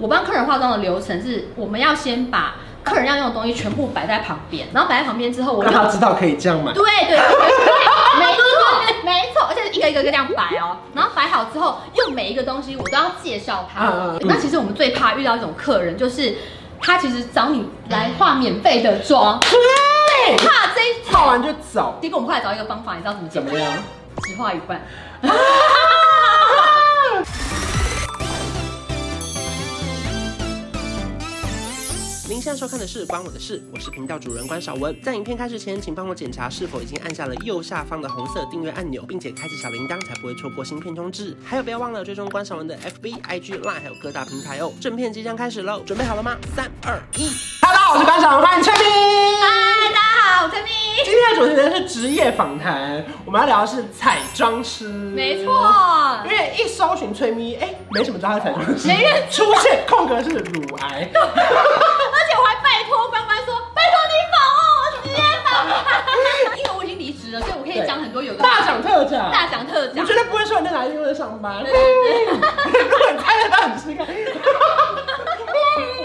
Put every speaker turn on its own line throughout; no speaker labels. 我帮客人化妆的流程是，我们要先把客人要用的东西全部摆在旁边，然后摆在旁边之后，我
让
用
他知道可以这样买
对。对对对，没错没错，而且一个一个这样摆哦，然后摆好之后，用每一个东西我都要介绍他
嗯嗯。嗯
那其实我们最怕遇到一种客人，就是他其实找你来化免费的妆，
对，
怕这一
画
种。
完就走，
结果我们后来找一个方法，你知道怎么解
怎
吗
么样？
只画一半。
您现在收看的是《关我的事》，我是频道主人关少文。在影片开始前，请帮我检查是否已经按下了右下方的红色订阅按钮，并且开启小铃铛，才不会错过新片通知。还有，不要忘了追踪关少文的 FB、IG、Line，还有各大平台哦。正片即将开始喽，准备好了吗？三、二、一。
Hello，我是班长范翠萍。
嗨，大家好，我是咪。
今天的主题呢是职业访谈，我们要聊的是彩妆师。
没错
因为一搜寻翠咪，哎、没什么知道她是彩妆师，
没人
出现空格是乳癌。
而且我还拜托关关说，拜托你访问我，直接访问。 因为我已经离职了，所以我可以讲很多有的
大奖特奖，
大奖特
我
奖
绝。对不会说你在哪一天在上班。
对对
如果你猜得到，你试试看。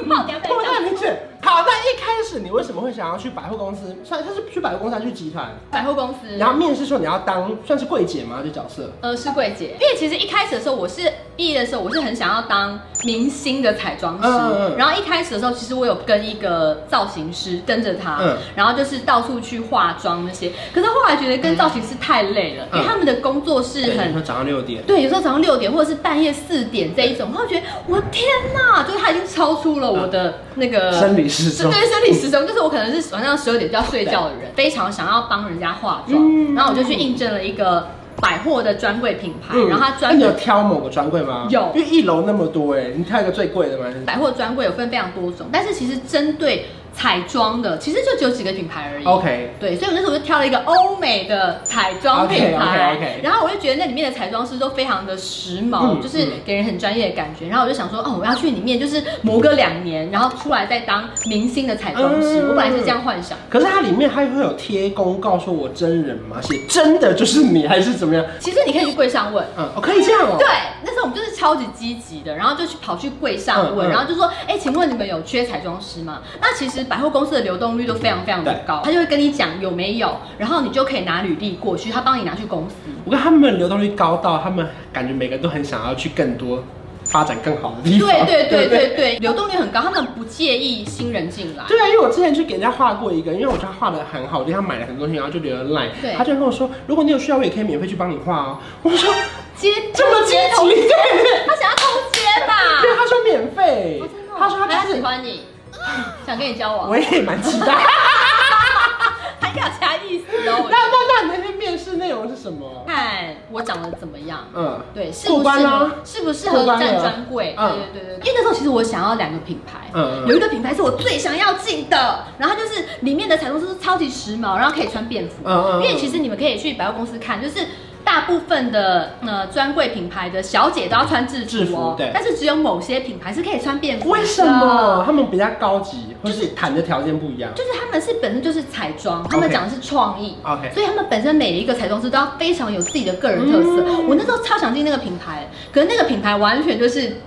爆掉
我太
对
明显。好，那一开始你为什么会想要去百货公司？算他是去百货公司还是去集团？
百货公司，
然后面试说你要当算是柜姐吗？这角色？
呃，是柜姐，因为其实一开始的时候，我是毕业的时候，我是很想要当明星的彩妆师。
嗯嗯嗯
然后一开始的时候，其实我有跟一个造型师跟着他，
嗯
然后就是到处去化妆那些。可是后来觉得跟造型师太累了，
嗯
因为他们的工作是
对
很
你说早上六点。
对，有时候早上六点或者是半夜四点这一种，然后觉得我的天呐，就是他已经超出了我的那个
生理时钟
呃对生理时钟，就是我可能是晚上十二点就要睡觉的人，非常想要帮人家化妆，
嗯
然后我就去应征了一个百货的专柜品牌，然后他
嗯那
专
你有
门。
挑某个专柜吗？
有
因为一楼那么多哎，你挑一个最贵的吗？
百货专柜有分非常多种，但是其实针对彩妆的，其实就只有几个品牌而已。
OK，
对，所以我那时候就挑了一个欧美的彩妆品牌
OK，OK，OK
然后我就觉得那里面的彩妆师都非常的时髦，
嗯
就是给人很专业的感觉。然后我就想说，哦，我要去里面就是磨个两年，然后出来再当明星的彩妆师。
嗯
我本来是这样幻想。
可是它里面它会有贴公告说我真人吗？写真的就是你还是怎么样？
其实你可以去柜上问。
嗯，哦，可以这样哦。
对，那时候我们就是超级积极的，然后就去跑去柜上问，
嗯嗯
然后就说，哎、请问你们有缺彩妆师吗？那其实百货公司的流动率都非常非常的
对
高，他就会跟你讲有没有，然后你就可以拿履历过去，他帮你拿去公司。
我看他们流动率高到，他们感觉每个人都很想要去更多发展更好的地 方。
对对对
不
对对，流动率很高，他们不介意新人进来。
对啊，因为我之前去给人家画过一个，因为我觉得他画的很好，我就给他买了很多东西，然后就留了 line，
对
他就跟我说，如果你有需要，我也可以免费去帮你 画哦。我说
接
这么积极，对，
他想要偷接吧？
对，他说免费，
哦真的哦
他说
哎
他
他
就是
喜，欢你， 想跟你交往
我，也 蛮期待。
他要其他意思哦。
那
我觉得
那那你那天面试内容是什么？
看我长得怎么样。
嗯，
对，适
过
不
关
适
啦
合，适不适
过
合
关了
站专柜？对
嗯
对对对，因为那时候其实我想要两个品牌，
嗯嗯
有一个品牌是我最想要进的，然后它就是里面的彩妆师都超级时髦，然后可以穿便服，
嗯嗯嗯
因为其实你们可以去百货公司看，就是。大部分的呃专柜品牌的小姐都要穿制
制
服
服
哦，
对
但是只有某些品牌是可以穿便服。
为什
啊
么？他们比较高级，或是谈的条件不一样？
就是他们是本身就是彩妆，他们
OK
讲的是创意
OK
所以他们本身每一个彩妆师都要非常有自己的个人特色。
嗯
我那时候超想进那个品牌，可是那个品牌完全就是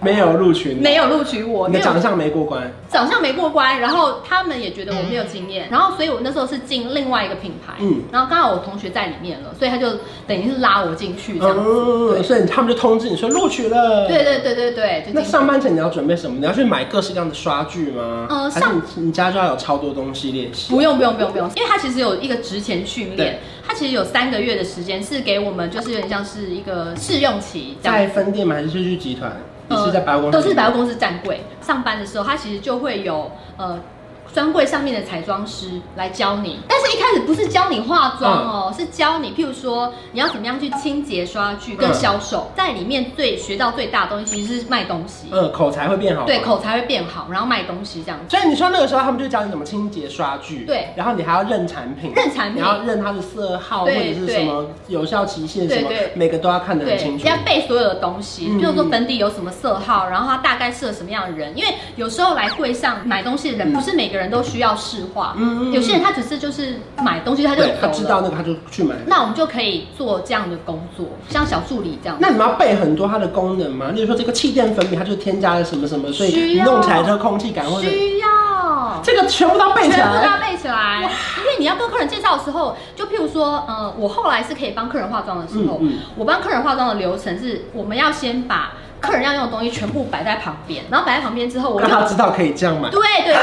没有录取你，
没有录取我，
你
没
的
有
长相没过关。
长相没过关，然后他们也觉得我没有经验，然后所以我那时候是进另外一个品牌，
嗯
然后刚好我同学在里面了，所以他就等于是拉我进去这样子，
嗯，所以他们就通知你说录取了。
对对对对对，就
那
进去
上班前你要准备什么？你要去买各式各样的刷具吗？
呃
还是
上
你你家就要有超多东西练习？
不用不用不用不用，因为它其实有一个职前训练
对，
它其实有三个月的时间是给我们，就是有点像是一个试用期这样
在
子。
分店吗？还是去集团？你是在百货公司？
都是百货。公司站柜。上班的时候，它其实就会有呃专柜上面的彩妆师来教你，但是一开始不是教你化妆
嗯
哦，是教你，譬如说你要怎么样去清洁刷具跟
嗯
销售，在里面最学到最大的东西其实是卖东西，
嗯，口才会变好。
对。口才会变好，然后卖东西这样子。
所以你说那个时候他们就教你怎么清洁刷具，
对
然后你还要认产品，
认产品
你要认它的色号或
对
者是什么有效期限
对
什么
对，
每个都要看得很
对，
清楚。
要背所有的东西，
嗯
譬如说粉底有什么色号，然后它大概适合什么样的人。因为有时候来柜上买东西的人，不是每个个人都需要市话，
嗯嗯嗯嗯
有些人他只是就是买东西他就
对，他
走
知道
了，
那个他就去买。
那我们就可以做这样的工作，像小助理这样。
那你们要背很多它的功能吗？例如说这个气垫粉饼，它就添加了什么什么，所以
需
你
要
弄起来之后空气感或者
需要。
这个全部都要背起
全部都要
来。
背起来，因为你要跟客人介绍的时候，就譬如说，呃，我后来是可以帮客人化妆的时候，
嗯嗯
我帮客人化妆的流程是，我们要先把客人要用的东西全部摆在旁边，然后摆在旁边之后，我
让
就
他知道可以这样买
对。对对，对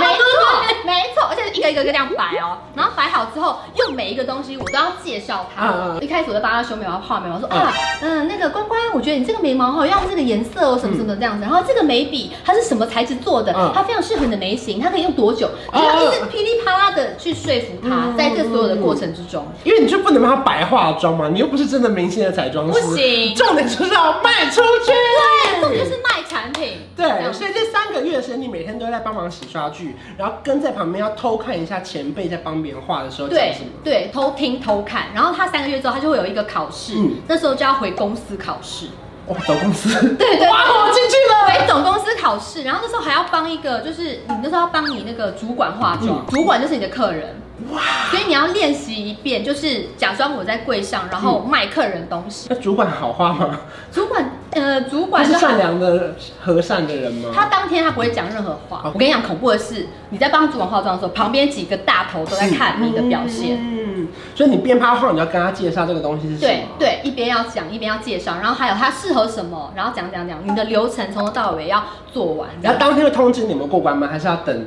没错没错，而且一个一个一个这样摆哦，然后摆好之后，用每一个东西我都要介绍
嗯
他
嗯。
一开始我就帮他修眉毛、画眉毛，说啊，嗯，那个关关，我觉得你这个眉毛好像这个颜色哦，什么什么的这样子。然后这个眉笔它是什么材质做的
嗯？
它非常适合你的眉型，它可以用多久？就要一直噼里啪啦的去说服他，在这所有的过程之中。
因为你就不能让他白化妆嘛，你又不是真的明星的彩妆师。
不行
重点就是要卖出 去。
对，重点就是卖产品。这
对，
样子
所以这三个月的时间，你每天都在帮忙洗刷剧，然后跟在旁边要偷看一下前辈在帮别人画的时候讲
对
什么。
对，偷听偷看，然后他三个月之后，他就会有一个考试，
嗯
那时候就要回公司考试。
哇，走哦公司。
对对，
哇，我进去了。
回总公司考试，然后那时候还要帮一个，就是你那时候要帮你那个主管化妆，
嗯
主管就是你的客人，
哇，
所以你要练习一遍，就是假装我在柜上，然后卖客人东西。
那主管好画吗？
主管呃，主
嗯他
管
是
就
善
很
良的、和善的人吗？
他当天他不会讲任何话。我跟你讲，恐怖的是，你在帮主管化妆的时候，旁边几个大头都在看你的表现。
嗯，所以你边拍画，你要跟他介绍这个东西是什
对
么。
对，一边要讲一边要介绍，然后还有它适合什么，然后讲讲讲，你的流程从头到尾要做完。
然后当天会通知你们过关吗？还是要等？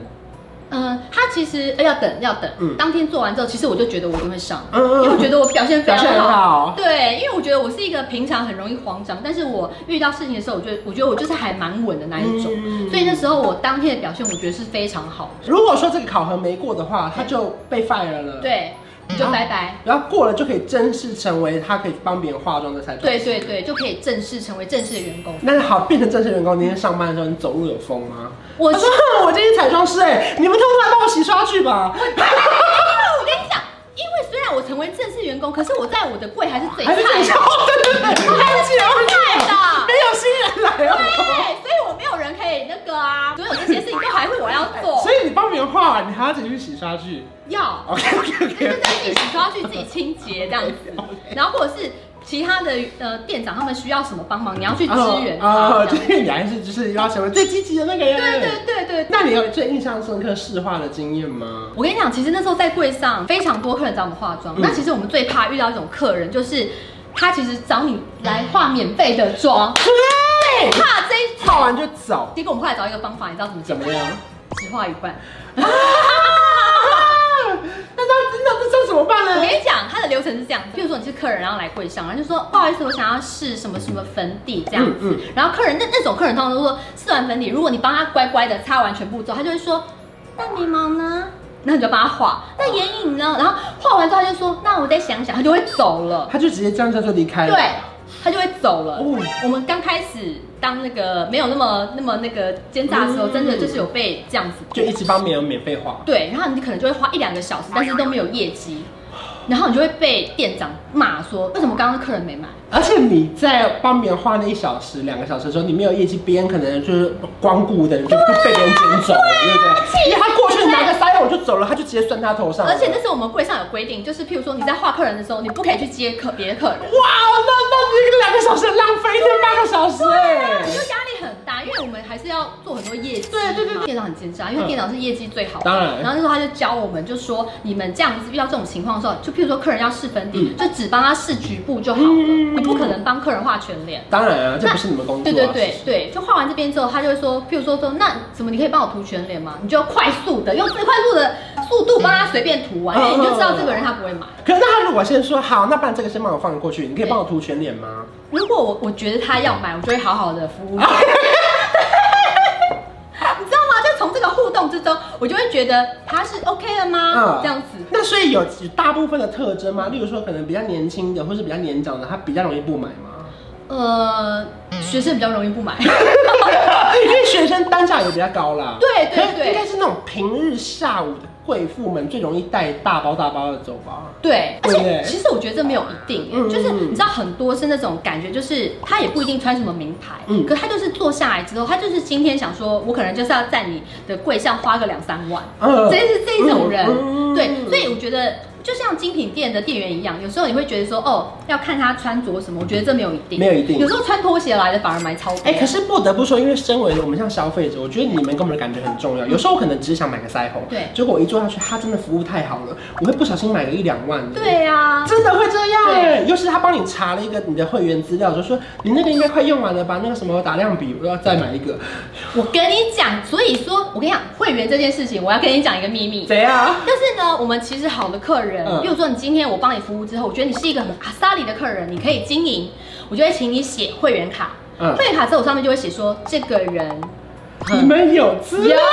嗯，他其实呃要等要等，
嗯
当天做完之后，其实我就觉得我一定会上，
嗯嗯嗯
因为我觉得我表现非
表现很
常好。
好。
对，因为我觉得我是一个平常很容易慌张，但是我遇到事情的时候，我觉得我觉得我就是还蛮稳的那一种，
嗯
所以那时候我当天的表现，我觉得是非常好的。
如果说这个考核没过的话，他就被 fire 了。。
对，就
嗯
拜拜。
然后过了就可以正式成为他可以帮别人化妆的彩妆。
对。对对，就可以正式成为正式的员 工。
那好，变成正式员工，今天上班的时候，你走路有风吗？
我
他说：“哼我今天是彩妆师哎、你们通通来帮我洗刷去吧。
我跟你讲，因为虽然我成为正式员工，可是我在我的柜还是最”菜
还
的，
是自己刷？对对对，
我还是最菜的
没。有新人来哦、
对，所以我没有人可以那个啊，所有这些事情都还会我要做，
所以你帮别人画完，你还要自己去洗刷去。
要，
OK OK
就
OK
是。自己洗刷去自己清洁这样子，然后或者是其他的呃店长他们需要什么帮忙，你要去支援他
啊，
这
对
样，
因为你还是就是要成为最积极的那个人。
对对对对。
那你有最印象深刻试画的经验吗？
我跟你讲，其实那时候在柜上非常多客人找我们化妆，
嗯
那其实我们最怕遇到一种客人，就是他其实找你来化免费的妆，
对，
怕这一
画
种。
完就走，啊
结果我们后来找一个方法，你知道怎么
怎
讲？
么样？
只画一半。
那那那这这怎么办
我跟
呢？
你讲，它的流程是这样子，譬如说你是客人，然后来柜上，然后就说不好意思，我想要试什么什么粉底这样子，
嗯嗯
然后客人那那种客人通常都说试完粉底，如果你帮他乖乖的擦完全部之后，他就会说那眉毛呢？那你就帮他画，那眼影呢？然后画完之后他就说那我再想想，他就会走了，
他就直接这样这样就离开了。
对，他就会走了。
哦
我们刚开始当那个没有那么那么那个奸诈的时候，
嗯
真的就是有被这样子
就一直帮哎别人免费画。
对，然后你可能就会花一两个小时，但是都没有业绩，然后你就会被店长骂说，为什么刚刚客人没买？
而且你在帮别人画那一小时、两个小时的时候，你没有业绩，别人可能就是光顾的人就被别人捡走了，对不对？因为他过去拿个腮红就走了，他就直接算他头上了。
而且那是我们柜上有规定，就是譬如说你在画客人的时候，你不可以去接客别的客人，
哇，那那这个两个小时浪费，一天八个小时哎、
你就压力很大，因为我们还是要做很多业绩嘛。
对对对
店长很奸诈，因为
嗯
店长是业绩最好的。
当然
然后那时候他就教我们，就说你们这样子遇到这种情况的时候，就譬如说客人要试粉底，就只帮他试局部就好了，
嗯
你不可能帮客人画全脸。
当然啊，这不是你们工作、啊。
对对对
是
对，就画完这边之后，他就会说，譬如说说，那什么你可以帮我涂全脸吗？你就快速的用最快速的速度帮他随便涂完，
嗯
因为你就知道这个人他不会买。
可是那他如果先说好，那不然这个先帮我放过去，你可以帮我涂全脸吗？
如果我我觉得他要买，我就会好好的 服务他。你知道吗？就从这个互动之中，我就会觉得他是 OK 了吗？
嗯
啊这样子。
那所以有有大部分的特征吗？例如说可能比较年轻的，或是比较年长的，他比较容易不买吗？
呃，学生比较容易不买。
因为学生但单价也比较高啦。
对对
可是
对
应该是那种平日下午的贵妇们最容易带大包大包的走吧。
对，而
对不
且
对
其实我觉得这没有一定，
嗯
就是你知道很多是那种感觉，就是他也不一定穿什么名牌，
嗯
可他就是坐下来之后，他就是今天想说，我可能就是要在你的柜上花个两三万，
嗯
这是这种人，
嗯嗯
对，所以我觉得。就像精品店的店员一样，有时候你会觉得说，哦，要看他穿着什么，我觉得这没有一定，
没有一定
有时候穿拖鞋来的反而买超多。
哎、可是不得不说，因为身为我们像消费者，我觉得你们给我们的感觉很重要。有时候我可能只是想买个腮红，
对
结果我一坐下去，他真的服务太好了，我会不小心买个一两万。，
对啊呀、
真的会这样
对
哎、尤其是他帮你查了一个你的会员资料，就说你那个应该快用完了吧，那个什么打量笔，我要再买一个。
我跟你讲，所以说我跟你讲会员这件事情，我要跟你讲一个秘密。
谁啊？
就是呢，我们其实好的客人，
嗯
比如说你今天我帮你服务之后，我觉得你是一个很阿萨里的客人，你可以经营，我就会请你写会员卡。
嗯
会员卡之后，我上面就会写说这个人嗯
你们有资料？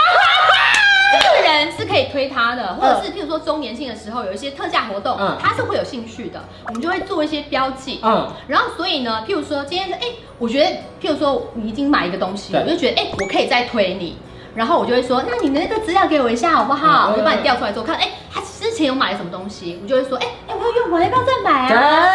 这个人是可以推他的，或者是譬如说周年庆的时候有一些特价活动，
嗯
他是会有兴趣的，我们就会做一些标记。
嗯
然后所以呢，譬如说今天是哎、我觉得譬如说你已经买一个东西了，我
对
就觉得哎、我可以再推你。然后我就会说，那你的那个资料给我一下好不好？
嗯
我就把你调出来之后看，哎、他之前有买什么东西，我就会说，哎、哎、我有用完，要不要再买啊？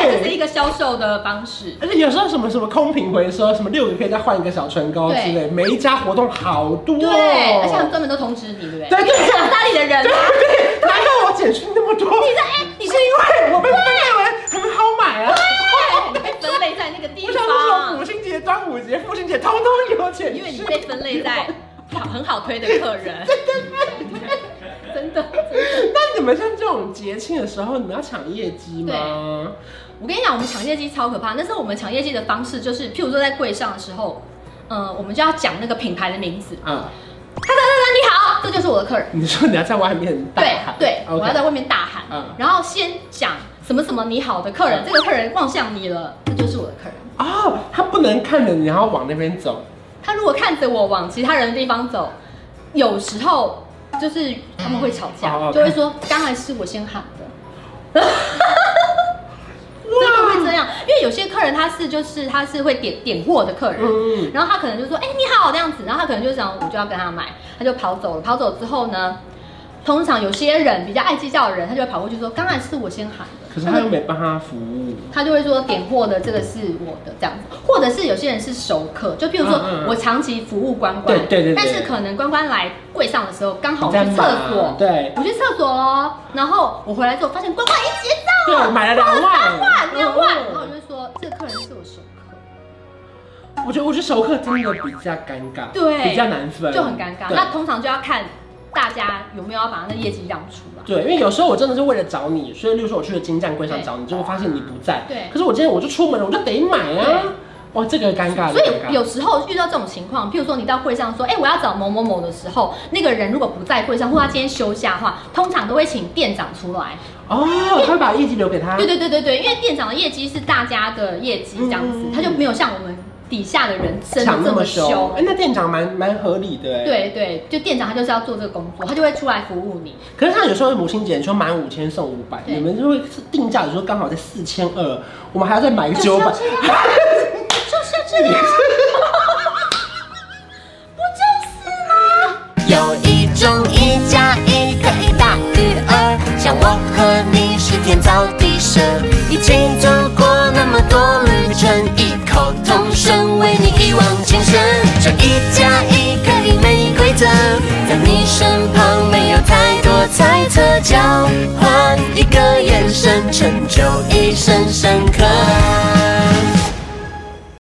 对，这是一个销售的方式。
而且有时候什么什么空瓶回收，什么六个可以再换一个小唇膏之类，每一家活动好多、哦。
对，而且他们专门都通知你，对不对？
对 对
你是哪里的人吗？
对，难怪我简讯那么多。
你 在哎、你是
因为我被分类为很好买啊。
对，哎你被分类在那个地
我想说什么
方
母，亲节、端午节、父亲节，通通有简讯。
因为你被分类在好很好推的客 人。真的，真的。
那你们像这种节庆的时候，你们要抢业绩吗？
我跟你讲，我们抢业绩超可怕。那时候我们抢业绩的方式就是，譬如说在柜上的时候，呃，我们就要讲那个品牌的名字。
啊，
他他他，你好，这就是我的客人。
你说你要在外面大
对
喊，
对，我要在
OK，
外面大喊，
嗯
然后先讲什么什么你好的客人，
嗯
这个客人望向你了，这就是我的客人。
哦，他不能看着你，然后往那边走。
他如果看着我往其他人的地方走，有时候就是他们会吵架，
哦
就会说刚才是我先喊的。 真的会这样，因为有些客人他是就是他是会点点货的客人，
嗯嗯
然后他可能就说，哎、你好这样子，然后他可能就想我就要跟他买，他就跑走了。跑走之后呢，通常有些人比较爱计较的人，他就会跑过去说，刚才是我先喊的，
可是他又没帮他服务。
他就会说点货的这个是我的这样子，或者是有些人是熟客，就譬如说
嗯嗯嗯
我长期服务关关，
对对对对
但是可能关关来柜上的时候刚好我
在
去
忙
厕所，
对
我去厕所喽，然后我回来之后发现关关已经结账了，
对买了两万
哦三万两万，
嗯
然后我就说这个客人是我熟客，
我觉得，我觉得熟客真的比较尴尬，
对
比较难分，
就很尴尬。
对
那通常就要看大家有没有要把那业绩让出来。
对，因为有时候我真的是为了找你，所以例如说我去了金站柜上找你，结果发现你不在。
对
可是我今天我就出门了，我就得买啊。哇，这个尴尬，
所
这个尴尬
以有时候遇到这种情况，譬如说你到柜上说，哎、我要找某某某的时候，那个人如果不在柜上，或他今天休假的话，通常都会请店长出来。
哦，他会把业绩留给他。
对对对对对，因为店长的业绩是大家的业绩这样子，
嗯
他就没有像我们底下的人真的
抢
这
那
么
么
凶
凶，。哎，那店长蛮蛮合理的哎。。
对对，就店长他就是要做这个工作，他就会出来服务你。
可是他有时候母亲节，你说满五千送五百，
对
你们就会定价，有时候刚好在四千二，我们还要再买个九百
就。哎是这样，就是这样，不就是吗？
有一种一加一可以大于二，像我和你是天造地设，一起走过那么多旅程，异口同声为你一往情深。